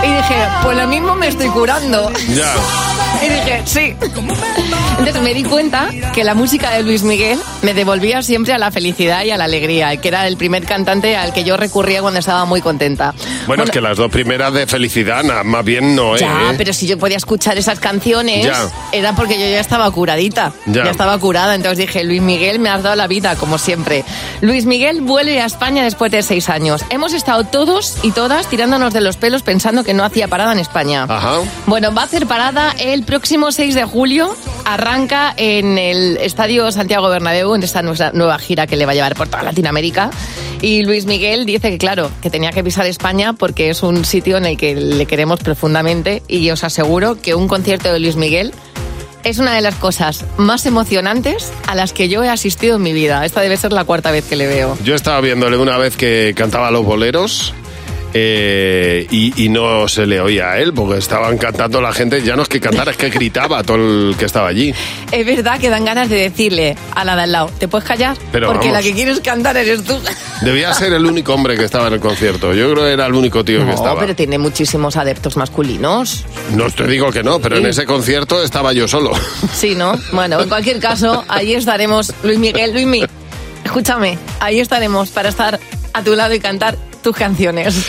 Y dije, pues lo mismo me estoy curando. Ya. Y dije, sí. Entonces me di cuenta que la música de Luis Miguel me devolvía siempre a la felicidad y a la alegría, que era el primer cantante al que yo recurría cuando estaba muy contenta. Bueno, es que las dos primeras de felicidad, na- más bien no, ¿eh? Ya, pero si yo podía escuchar esas canciones, Ya. era porque yo ya estaba curadita. Ya. Ya. estaba curada. Entonces dije, Luis Miguel, me has dado la vida, como siempre. Luis Miguel vuelve a España después de seis años. Hemos estado todos y todas tirándonos de los pelos pensando que no hacía parada en España. Ajá. Bueno, va a hacer parada el próximo 6 de julio. Arranca en el Estadio Santiago Bernabéu en esta nuestra nueva gira que le va a llevar por toda Latinoamérica. Y Luis Miguel dice que, claro, que tenía que pisar España porque es un sitio en el que le queremos profundamente. Y os aseguro que un concierto de Luis Miguel es una de las cosas más emocionantes a las que yo he asistido en mi vida. Esta debe ser la cuarta vez que le veo. Yo estaba viéndole una vez que cantaba los boleros eh, y, y no se le oía a él porque estaban cantando la gente, ya no es que cantara, es que gritaba todo el que estaba allí. Es verdad que dan ganas de decirle a la de al lado, ¿te puedes callar? Pero Porque vamos. la que quieres cantar eres tú. Debía ser el único hombre que estaba en el concierto. Yo creo que era el único tío que No, estaba. pero tiene muchísimos adeptos masculinos. No te digo que no, pero en ese concierto estaba yo solo. Sí, ¿no? Bueno, en cualquier caso, ahí estaremos. Luis Miguel, Luis Miguel, escúchame, ahí estaremos para estar a tu lado y cantar tus canciones.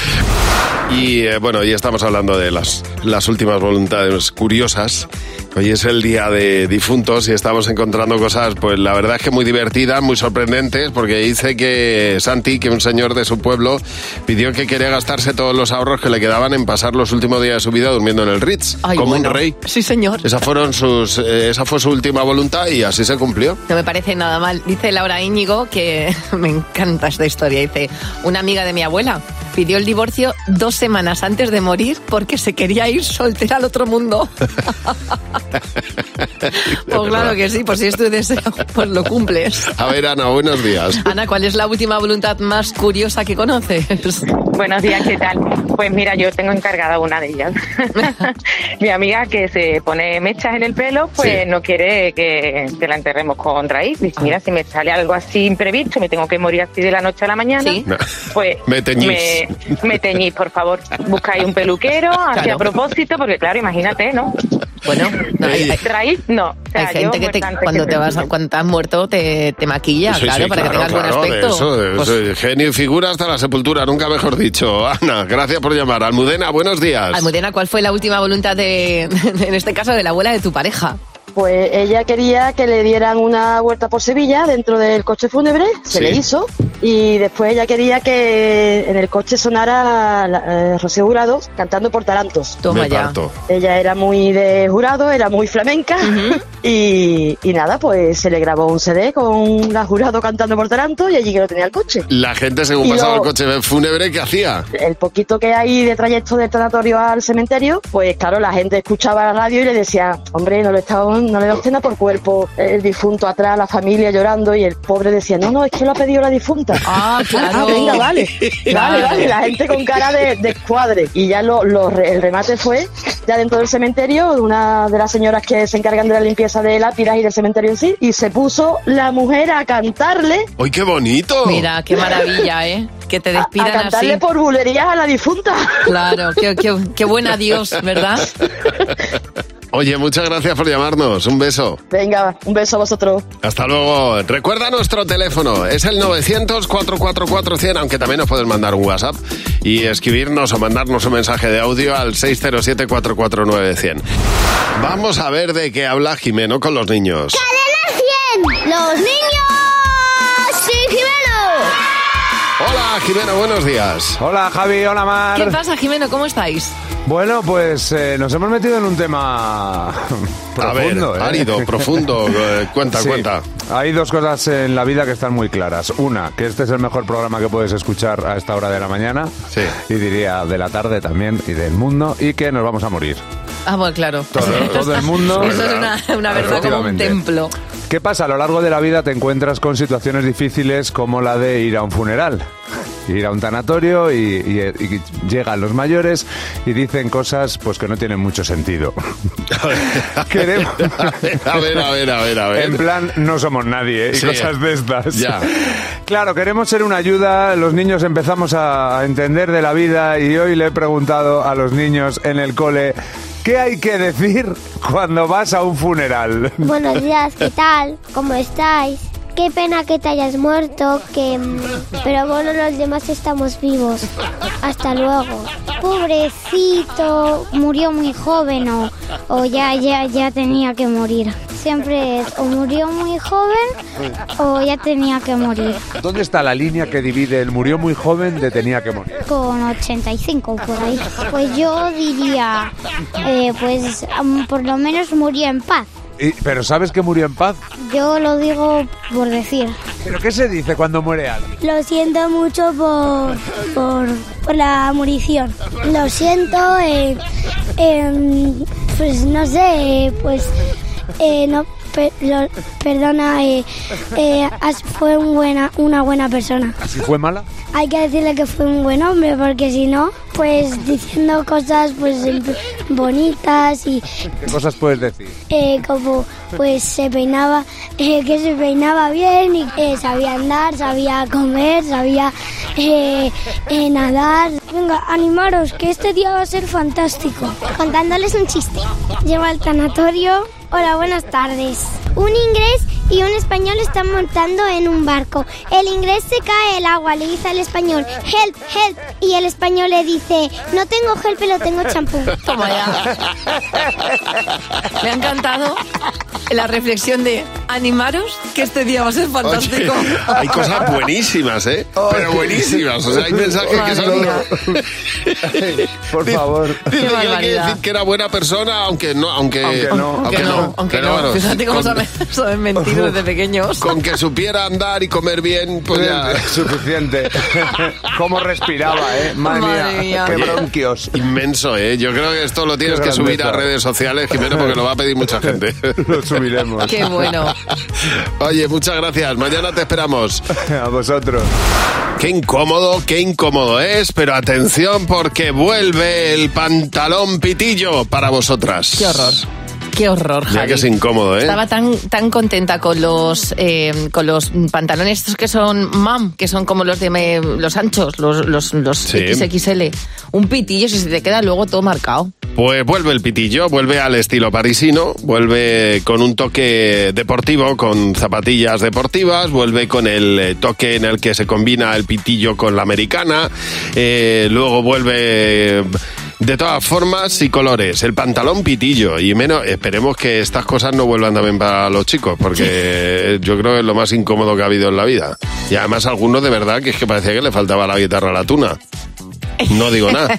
Y eh, bueno, y estamos hablando de las, las últimas voluntades curiosas. Hoy es el día de difuntos y estamos encontrando cosas, pues la verdad es que muy divertidas, muy sorprendentes, porque dice que Santi, que un señor de su pueblo, pidió que quería gastarse todos los ahorros que le quedaban en pasar los últimos días de su vida durmiendo en el Ritz, Ay, como bueno. un rey. Sí, señor. Esa, fueron sus, eh, esa fue su última voluntad y así se cumplió. No me parece nada mal. Dice Laura Íñigo que me encanta esta historia. Dice, una amiga de mi abuela pidió el divorcio dos semanas antes de morir porque se quería ir soltera al otro mundo. Pues claro que sí, pues si es tu deseo, pues lo cumples. A ver, Ana, buenos días. Ana, ¿cuál es la última voluntad más curiosa que conoces? Buenos días, ¿qué tal? Pues mira, yo tengo encargada una de ellas. Mi amiga que se pone mechas en el pelo, pues no quiere que, que la enterremos con raíz. Dice, mira, si me sale algo así imprevisto, me tengo que morir así de la noche a la mañana, No. pues Me teñís. me, me teñís, por favor. Buscáis un peluquero, así Claro. a propósito, porque claro, imagínate, ¿no? Bueno, raíz no. O sea, Hay yo gente que te- muerta antes cuando que- te vas, cuando estás muerto te, te maquilla, Sí, claro, sí, para que tengas claro, buen de aspecto. eso, de Pues, eso, de genio y figura hasta la sepultura, nunca mejor dicho. Ana, gracias por llamar. Almudena, buenos días. Almudena, ¿cuál fue la última voluntad de, en este caso, de la abuela de tu pareja? Pues ella quería que le dieran una vuelta por Sevilla dentro del coche fúnebre, se Sí. le hizo, y después ella quería que en el coche sonara la- eh, Rocío Jurado cantando por Tarantos. Toma Me ya. parto. Ella era muy de jurado, era muy flamenca, y, y nada, pues se le grabó un CD con la jurado cantando por Tarantos y allí que lo tenía el coche. La gente, según Y pasaba el luego- coche fúnebre, ¿qué hacía? El poquito que hay de trayecto del tanatorio al cementerio, pues claro, la gente escuchaba la radio y le decía, hombre, no le está, no le da usted nada por cuerpo, el difunto atrás, la familia llorando, y el pobre decía, no, no, es que lo ha pedido la difunta. Ah, Ah, venga, vale. Vale, vale, la gente con cara de, de cuadre. Y ya lo, lo re- el remate fue, ya dentro del cementerio, una de las señoras que se encargan de la limpieza de lápidas y del cementerio en sí, y se puso la mujer a cantarle ¡Uy, qué bonito! Mira, qué maravilla, ¿eh? Que te despidan a cantarle así. por bulerías a la difunta. Claro, qué, qué, qué buen adiós, ¿verdad? Oye, muchas gracias por llamarnos. Un beso. Venga, un beso a vosotros. Hasta luego. Recuerda nuestro teléfono. Es el 900-444-100, aunque también nos puedes mandar un WhatsApp y escribirnos o mandarnos un mensaje de audio al 607-449-100. Vamos a ver de qué habla Jimeno con los niños. ¡Los niños! ¡Sí, Hola, Jimeno, buenos días. Hola, Javi, hola, Mar. ¿Qué pasa, Jimeno? ¿Cómo estáis? Bueno, pues eh, nos hemos metido en un tema profundo, ver, ¿eh? árido, profundo, eh, cuenta, cuenta. Hay dos cosas en la vida que están muy claras. Una, que este es el mejor programa que puedes escuchar a esta hora de la mañana. Y diría de la tarde también y del mundo. Y que nos vamos a morir. Ah, bueno, claro. Todo- todo el mundo. Eso es una, una verdad como un Efectivamente. templo. ¿Qué pasa? A lo largo de la vida te encuentras con situaciones difíciles como la de ir a un funeral, ir a un tanatorio y, y- y llegan los mayores y dicen cosas pues que no tienen mucho sentido. Queremos... A ver, a ver, a ver, a ver. En plan, no somos nadie ¿eh? y Sí. cosas de estas. Ya. Claro, queremos ser una ayuda. Los niños empezamos a a entender de la vida y hoy le he preguntado a los niños en el cole qué hay que decir cuando vas a un funeral. Buenos días, ¿qué tal? ¿Cómo estáis? Qué pena que te hayas muerto, que... mm, Pero bueno, los demás estamos vivos. Hasta luego. Pobrecito, murió muy joven o, o ya, ya, ya tenía que morir. Siempre es o murió muy joven o ya tenía que morir. ¿Dónde está la línea que divide el murió muy joven de tenía que morir? Con 85 por ahí. Pues yo diría, eh, pues am, por lo menos murió en paz. Y- pero ¿sabes que murió en paz? Yo lo digo por decir. ¿Pero qué se dice cuando muere alguien? Lo siento mucho por, por, por la murición. Lo siento, eh, em, pues no sé, eh, pues eh, no, pe- lo- perdona, eh, eh, has- fue un buena, una buena persona. ¿Así fue mala? Hay que decirle que fue un buen hombre porque si no, pues diciendo cosas pues bonitas y ¿Qué cosas puedes decir? eh, como pues se peinaba, eh, que se peinaba bien y eh, sabía andar, sabía comer, sabía eh, eh, nadar. Venga, animaros, que este día va a ser fantástico. Contándoles un chiste. Llevo al tanatorio. Hola, buenas tardes. Un inglés y un español están montando en un barco. El inglés se cae el agua, le dice al español, help, help. Y el español le dice, no tengo help, pero tengo champú. Toma ya. Me ha encantado la reflexión de animaros que este día va a ser fantástico. Oye, hay cosas buenísimas, ¿eh? Pero buenísimas. O sea, hay mensajes que Madre son... mía. Por favor. Dice que le quiere barbaridad. decir que era buena persona, aunque no... Aunque, Aunque no. Aunque no, aunque Pero no. bueno, Fíjate cómo con- saben, saben mentir desde pequeños. Con que ¿eh? supiera andar y comer bien, pues ya. Suficiente. Cómo respiraba, ¿eh? Madre, Madre mía. mía. Qué Oye, bronquios. Inmenso, ¿eh? Yo creo que esto lo tienes Qué que subir a grandeza. redes sociales, Jimeno, porque lo va a pedir mucha gente. Lo subiremos. Qué bueno. Oye, muchas gracias. Mañana te esperamos. A vosotros. Qué incómodo, qué incómodo es, pero atención porque vuelve el pantalón pitillo para vosotras. Qué horror. Qué horror, Ya Javi. que es incómodo, ¿eh? Estaba tan, tan contenta con los, eh, con los pantalones estos que son mam, que son como los de me- los anchos, los, los, los XXL. Un pitillo, si se te queda luego todo marcado. Pues vuelve el pitillo, vuelve al estilo parisino, vuelve con un toque deportivo, con zapatillas deportivas, vuelve con el eh, toque en el que se combina el pitillo con la americana, eh, luego vuelve eh, de todas formas y colores, el pantalón pitillo y menos, esperemos que estas cosas no vuelvan también para los chicos, porque eh, yo creo que es lo más incómodo que ha habido en la vida. Y además algunos de verdad que es que parecía que le faltaba la guitarra a la tuna. No digo nada.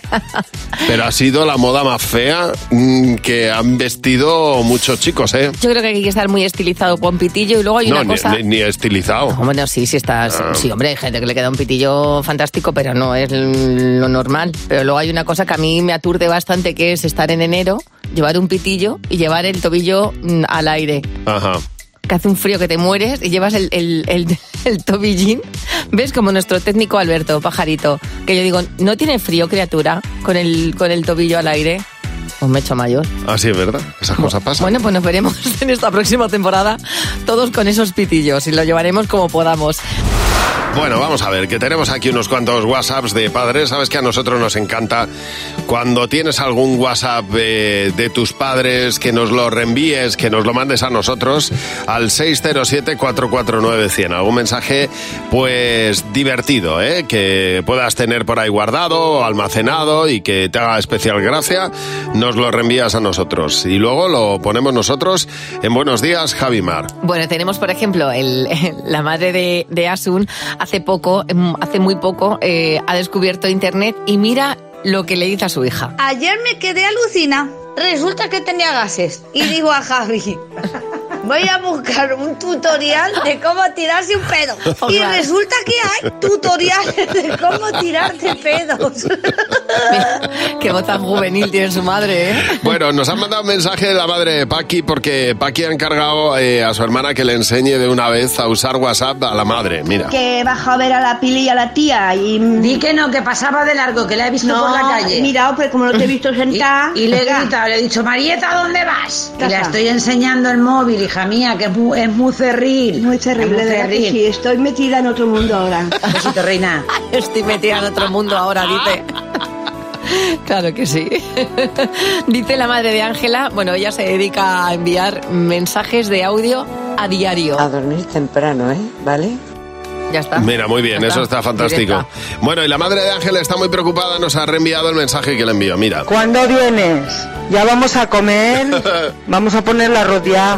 Pero ha sido la moda más fea mm, que han vestido muchos chicos, ¿eh? Yo creo que hay que estar muy estilizado con pitillo y luego hay No, una ni, cosa. ni- ni estilizado. Bueno, sí, sí estás. Sí, hombre, hay gente que le queda un pitillo fantástico, pero no es l- lo normal. Pero luego hay una cosa que a mí me aturde bastante, que es estar en enero, llevar un pitillo y llevar el tobillo mm, al aire. Ajá. Que hace un frío que te mueres y llevas el, el, el- el tobillín. ¿Ves? Como nuestro técnico Alberto, pajarito. Que yo digo, ¿no tiene frío, criatura, con el, con el tobillo al aire? Pues me he hecho mayor. Así Ah, es verdad. Esas cosas pasan. Bueno, pues nos veremos en esta próxima temporada todos con esos pitillos y lo llevaremos como podamos. Bueno, vamos a ver, que tenemos aquí unos cuantos WhatsApps de padres. Sabes que a nosotros nos encanta cuando tienes algún WhatsApp eh, de tus padres, que nos lo reenvíes, que nos lo mandes a nosotros al 607-449-100. Algún mensaje, pues divertido, ¿eh? que puedas tener por ahí guardado, almacenado y que te haga especial gracia, nos lo reenvías a nosotros. Y luego lo ponemos nosotros en Buenos Días, Javimar. Bueno, tenemos, por ejemplo, el- la madre de, de Asun hace poco, mm, hace muy poco, eh, ha descubierto Internet y mira lo que le dice a su hija. Ayer me quedé alucina. Resulta que tenía gases. Y digo a Javi, voy a buscar un tutorial de cómo tirarse un pedo. Y Hombre. resulta que hay tutoriales de cómo tirarte pedos. Qué voz tan juvenil tiene su madre, ¿eh? Bueno, nos han mandado un mensaje de la madre de Paqui porque Paqui ha encargado eh, a su hermana que le enseñe de una vez a usar WhatsApp a la madre. Mira. Que bajo a ver a la pili y a la tía y... Di que no, que pasaba de largo, que la he visto por la calle. Mira, pero como no te he visto sentada... Y le he gritado, le he dicho, Marieta, ¿dónde vas? Y le estoy enseñando el móvil, hija mía, que es muy, es muy cerril. Muy terrible, de verdad que sí, estoy metida en otro mundo ahora. Besito, reina. Estoy metida en otro mundo ahora, dice. Claro que sí. Dice la madre de Ángela, bueno, ella se dedica a enviar mensajes de audio a diario. A dormir temprano, ¿eh? ¿Vale? Ya Ah. está. Mira, muy bien, Ya eso está fantástico. Directa. Bueno, y la madre de Ángel está muy preocupada, nos ha reenviado el mensaje que le envió. Mira. ¿Cuándo vienes? Ya vamos a comer. Vamos a poner la arroz ya.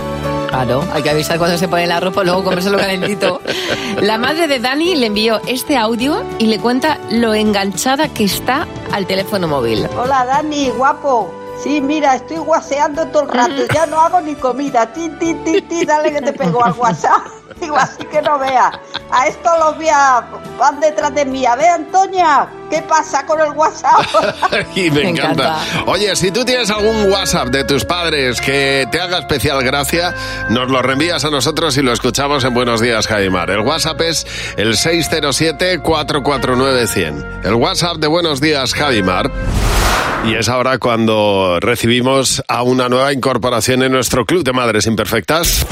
Claro, hay que avisar cuando se pone el arroz, pues luego comérselo calentito. La madre de Dani le envió este audio y le cuenta lo enganchada que está al teléfono móvil. Hola Dani, guapo. Sí, mira, estoy guaseando todo el rato, ya no hago ni comida. Ti, ti, ti, ti, dale que te pego al WhatsApp. Digo, así que no vea. A esto los voy a... Van detrás de mí. A ver, Antonia, ¿qué pasa con el WhatsApp? Y me, encanta. Oye, si tú tienes algún WhatsApp de tus padres que te haga especial gracia, nos lo reenvías a nosotros y lo escuchamos en Buenos Días, Jaimar. El WhatsApp es el 607-449-100. El WhatsApp de Buenos Días, Javimar. Y es ahora cuando recibimos a una nueva incorporación en nuestro Club de Madres Imperfectas.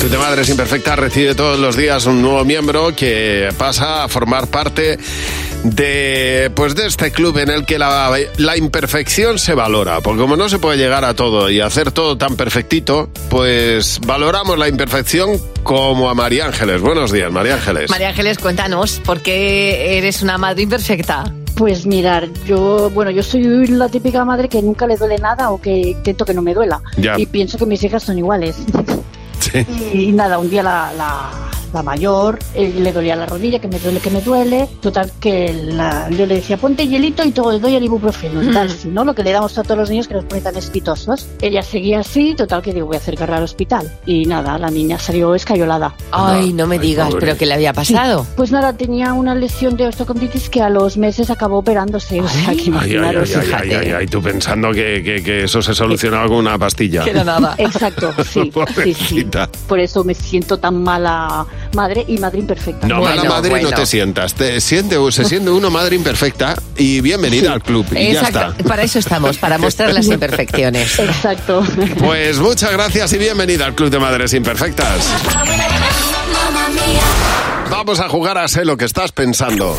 Club de Madres Imperfectas recibe todos los días un nuevo miembro que pasa a formar parte de pues de este club en el que la, la imperfección se valora, porque como no se puede llegar a todo y hacer todo tan perfectito, pues valoramos la imperfección como a María Ángeles. Buenos días, María Ángeles. María Ángeles, cuéntanos, ¿por qué eres una madre imperfecta? Pues mirar, yo, bueno, yo soy la típica madre que nunca le duele nada o que intento que no me duela. Ya. Y pienso que mis hijas son iguales. Sí. Y, nada, un día la, la, la mayor eh, le dolía la rodilla, que me duele, que me duele. Total, que la- yo le decía, ponte hielito y todo, le doy el ibuprofeno. y tal, Mm. si no, lo que le damos a todos los niños que nos ponen tan espitosos. Ella seguía así, total, que digo, voy a acercarla al hospital. Y nada, la niña salió escayolada. Ay, no me digas, pobre. pero ¿qué le había pasado? Pues nada, tenía una lesión de osteoconditis que a los meses acabó operándose. O sea, que Ay, ay, ay, imaginaros, ay, ay, ay, ay, tú pensando que, que- que eso se solucionaba con una pastilla. Que era nada. Exacto, sí, sí, sí. Pobrecita. Por eso me siento tan mala madre y madre imperfecta. No, mala madre no te sientas. Te siente, se siente uno madre imperfecta y bienvenida al club. Y ya Exacto, está. para eso estamos, para mostrar las imperfecciones. Exacto. Pues muchas gracias y bienvenida al Club de Madres Imperfectas. Vamos a jugar a sé lo que estás pensando.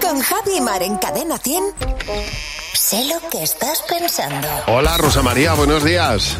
Con Javi Mar en Cadena 100. Sé lo que estás pensando. Hola, Rosa María, buenos días.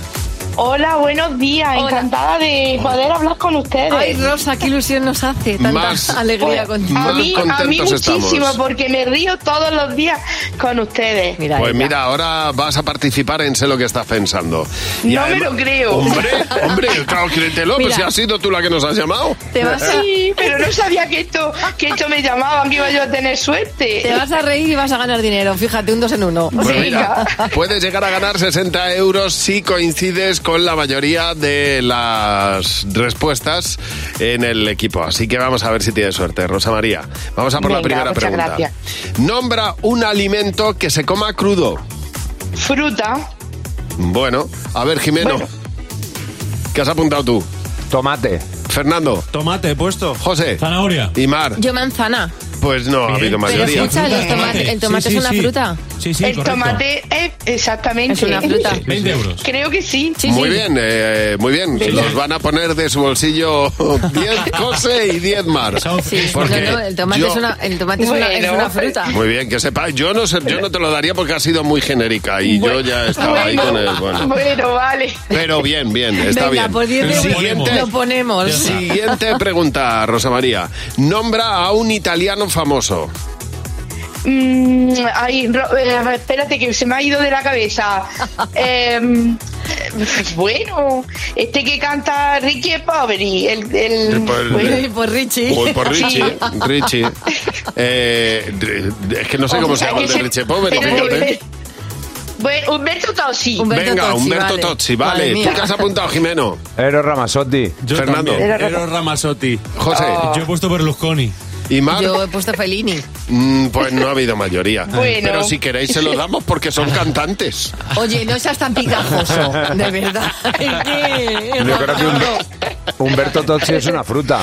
Hola, buenos días. Encantada de poder hablar con ustedes. Pues, Ay, Rosa, qué ilusión nos hace. Tanta Más- alegría contigo. a mí, a mí contentos muchísimo, estamos. porque me río todos los días con ustedes. Pues mira, ahora vas a participar en sé lo que estás pensando. Y No me además- lo creo. Hombre, hombre, claro, créetelo, pues Mira. si has sido tú la que nos has llamado. Sí, pero no sabía que esto, que esto me llamaban, que iba yo a tener suerte. Te vas a reír y vas a ganar dinero. Fíjate, un dos en uno. Pues mira, puedes llegar a ganar 60 euros si coincides con la mayoría de las respuestas en el equipo. Así que vamos a ver si tienes suerte, Rosa María. Vamos a por la Venga, primera muchas pregunta. gracias. Nombra un alimento que se coma crudo. Fruta, Bueno, a ver, Jimeno. ¿Qué has apuntado tú? Tomate. Fernando. Tomate, he puesto. José. Zanahoria. Y Mar. Yo manzana. Pues no ha habido Pero mayoría. escucha, el tomate, el tomate es una fruta. Sí, sí, el tomate, es exactamente. Es una fruta. 20 euros. Creo que sí. muy bien, eh, muy bien. Venga. Los van a poner de su bolsillo 10 José y 10 Mar. Sí, Porque no, no, el tomate, yo- es, una, el tomate es una- es Bueno. una fruta. Muy bien, que sepa. Yo no, sé- yo no te lo daría porque ha sido muy genérica y yo ya estaba ahí con el... Bueno. Bueno, vale. Pero bien, bien, está Venga, pues bien. por 10 euros Siguiente, lo ponemos. siguiente pregunta, Rosa María. Nombra a un italiano famoso. Mm, ay, Ro- eh, espérate que se me ha ido de la cabeza. Em, bueno, este que canta Ricky Poveri, el, el, Por- bueno, por Richie. Uy, por Sí. Richie. Richie. Eh, es que no sé cómo se llama el de Richie Poveri, fíjate. Bueno, Humberto Tozzi. Venga, Humberto Tozzi, vale. ¿Tú qué has apuntado, Jimeno? Eros Ramasotti. Fernando. también. Eros Ramasotti. José. Ah. Yo he puesto Berlusconi. ¿Y Mar? Yo he puesto Fellini. Mm, pues no ha habido mayoría. Bueno. Pero si queréis se lo damos porque son cantantes. Oye, no seas tan picajoso, de verdad. Yo creo que Humber- Humberto Tozzi es una fruta.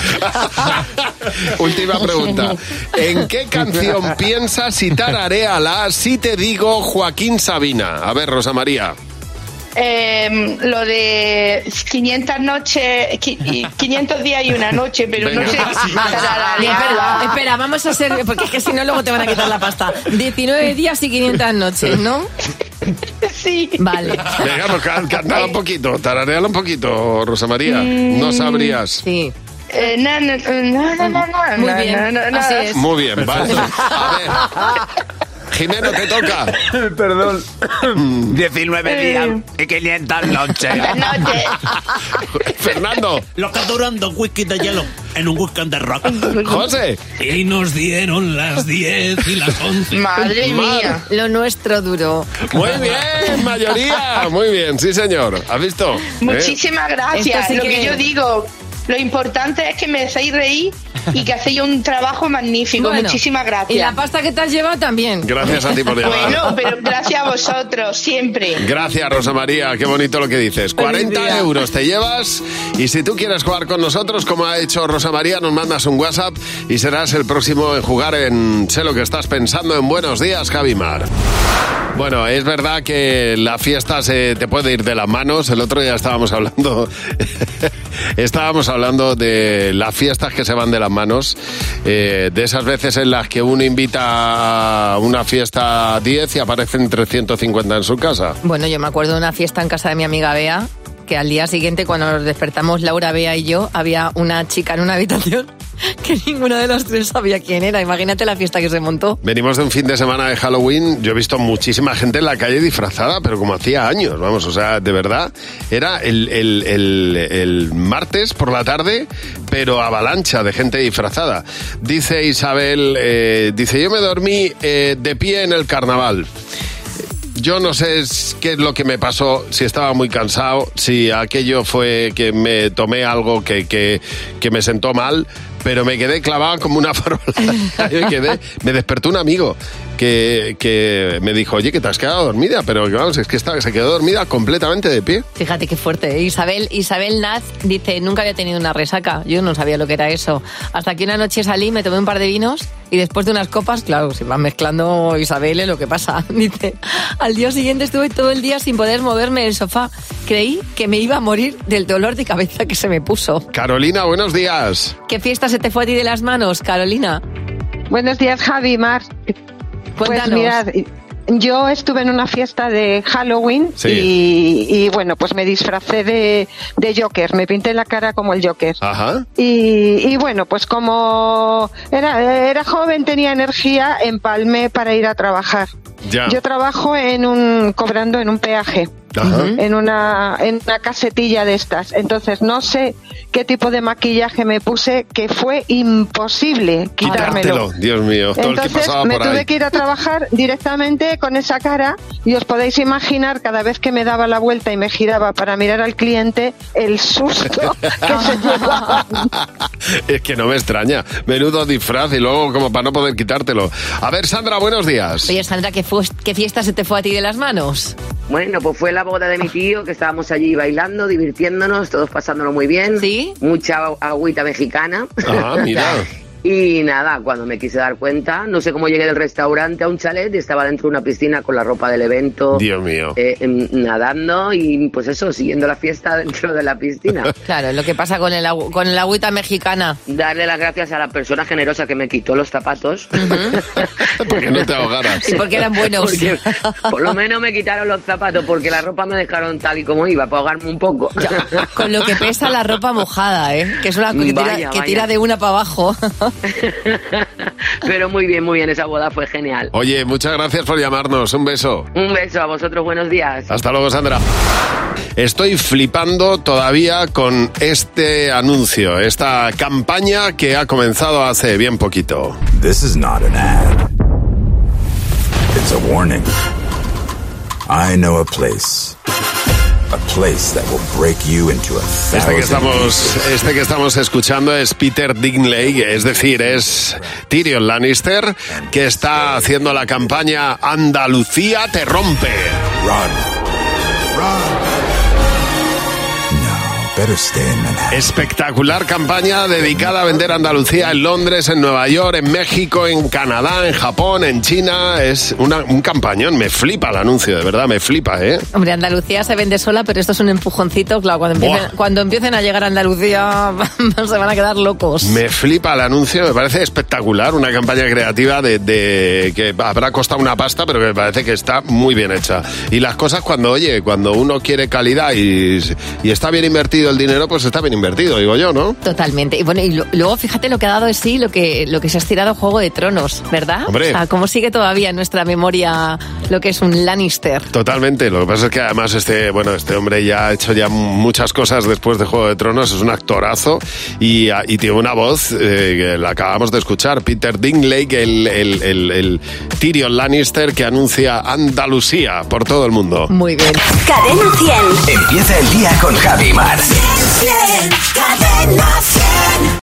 Última pregunta. ¿En qué canción piensas y tararéala si te digo Joaquín Sabina? A ver, Rosa María. Em, lo de 500 noches, qui- y 500 días y una noche, pero no Venga. sé. Vale, espera, espera, vamos a hacer, porque es que si no luego te van a quitar la pasta. 19 días y 500 noches, ¿no? Sí. Vale. Venga, pues can- cántala un poquito, tararéala un poquito, Rosa María. No sabrías. Mm. Sí. Eh, na, na, na, na, na, na, Muy na, bien, na, na, na. así es. Muy bien, vale. Jimeno, te toca. Perdón. 19 días y 500 noches. Noche. Eh. Fernando. Los que duran dos whisky de hielo. en un weekend de rock. José. Y nos dieron las 10 y las 11. Lo nuestro duró. Muy bien, mayoría. Muy bien, sí, señor. ¿Has visto? ¿Eh? Muchísimas gracias. Esto sí lo que... que- yo digo, lo importante es que me hacéis reír y que hacéis un trabajo magnífico. Bueno, Muchísimas gracias. y la pasta que te has llevado también. Gracias a ti por llamar. Bueno, pero gracias a vosotros, siempre. Gracias, Rosa María. Qué bonito lo que dices. 40 euros te llevas. Y si tú quieres jugar con nosotros, como ha hecho Rosa María, nos mandas un WhatsApp y serás el próximo en jugar en Sé lo que estás pensando en Buenos Días, Javimar. Bueno, es verdad que la fiesta se te puede ir de las manos. El otro día estábamos hablando, estábamos hablando de las fiestas que se van de las manos, eh, de esas veces en las que uno invita a una fiesta a 10 y aparecen 350 en su casa. Bueno, yo me acuerdo de una fiesta en casa de mi amiga Bea, que al día siguiente cuando nos despertamos Laura, Bea y yo, había una chica en una habitación que ninguno de los tres sabía quién era. Imagínate la fiesta que se montó. Venimos de un fin de semana de Halloween. Yo he visto muchísima gente en la calle disfrazada, pero como hacía años, vamos, o sea, de verdad. Era el, el- el- el martes por la tarde, pero avalancha de gente disfrazada. Dice Isabel, eh, dice, yo me dormí eh, de pie en el carnaval. Yo no sé es- qué es lo que me pasó, si estaba muy cansado, si aquello fue que me tomé algo que, que, que me sentó mal, pero me quedé clavada como una farola. Yo me, quedé- me despertó un amigo que, que me dijo, oye, que te has quedado dormida, pero que vamos, es que esta, se quedó dormida completamente de pie. Fíjate qué fuerte. ¿eh? Isabel, Isabel Naz dice, nunca había tenido una resaca. Yo no sabía lo que era eso. Hasta que una noche salí, me tomé un par de vinos y después de unas copas, claro, se van mezclando Isabel es lo que pasa. Dice, al día siguiente estuve todo el día sin poder moverme del sofá. Creí que me iba a morir del dolor de cabeza que se me puso. Carolina, buenos días. ¿Qué fiesta se te fue a ti de las manos, Carolina? Buenos días, Javi, Mar. Cuéntanos. Pues mirad, yo estuve en una fiesta de Halloween Sí. y, y, bueno, pues me disfracé de, de Joker, me pinté la cara como el Joker. Ajá. Y, y, bueno, pues como era, era joven, tenía energía, empalmé para ir a trabajar. Ya. Yo trabajo en un, cobrando en un peaje. Ajá. En una, en una casetilla de estas. Entonces, no sé qué tipo de maquillaje me puse, que fue imposible quitármelo. Quitártelo, Dios mío, todo el que Entonces pasaba me por tuve ahí. que ir a trabajar directamente con esa cara y os podéis imaginar cada vez que me daba la vuelta y me giraba para mirar al cliente el susto que se llevaba. Es que no me extraña. Menudo disfraz y luego como para no poder quitártelo. A ver, Sandra, buenos días. Oye, Sandra, ¿qué, fues- qué fiesta se te fue a ti de las manos? Bueno, pues fue la boda de mi tío, que estábamos allí bailando, divirtiéndonos, todos pasándolo muy bien. Sí. Mucha agüita mexicana. Ah, mira. Y nada, cuando me quise dar cuenta, no sé cómo llegué del restaurante a un chalet y estaba dentro de una piscina con la ropa del evento. Dios mío. eh, em, nadando y pues eso, siguiendo la fiesta dentro de la piscina. Claro, lo que pasa con el, agu- con el agüita mexicana. Darle las gracias a la persona generosa que me quitó los zapatos. Porque no te ahogaras. Sí, Porque por lo menos me quitaron los zapatos porque la ropa me dejaron tal y como iba, para ahogarme un poco. Con lo que pesa la ropa mojada, ¿eh? Que es una que tira, Vaya, que vaya. tira de una para abajo. Pero muy bien, muy bien, esa boda fue genial. Oye, muchas gracias por llamarnos. Un beso. Un beso a vosotros, buenos días. Hasta luego, Sandra. Estoy flipando todavía con este anuncio, esta campaña que ha comenzado hace bien poquito. This is not an ad. It's a warning. I know a place. A place that will break you into a Este thousand que estamos, este que estamos escuchando es Peter Dinklage, es decir, es Tyrion Lannister, que está haciendo la campaña Andalucía te rompe. better stay in Manhattan. Espectacular campaña dedicada a vender Andalucía en Londres, en Nueva York, en México, en Canadá, en Japón, en China. Es una- un campañón, me flipa el anuncio, de verdad, me flipa, ¿eh? Hombre, Andalucía se vende sola, pero esto es un empujoncito. Claro, cuando empiecen, cuando empiecen a llegar a Andalucía se van a quedar locos. Me flipa el anuncio, me parece espectacular, una campaña creativa de, de- que habrá costado una pasta, pero que me parece que está muy bien hecha. Y las cosas cuando, oye, cuando uno quiere calidad y, y está bien invertido el dinero, pues está bien invertido, digo yo, ¿no? Totalmente. Y bueno, y lo- luego fíjate lo que ha dado de sí, lo que, lo que se ha estirado Juego de Tronos, ¿verdad? Hombre. O sea, cómo sigue todavía en nuestra memoria lo que es un Lannister. Totalmente. Lo que pasa es que además este, bueno, este hombre ya ha hecho ya muchas cosas después de Juego de Tronos. Es un actorazo y, a- y tiene una voz eh, que la acabamos de escuchar. Peter Dinklage, el, el- el- el Tyrion Lannister que anuncia Andalucía por todo el mundo. Muy bien. Cadena 100. Empieza el día con Javi Mar. Cadena 100.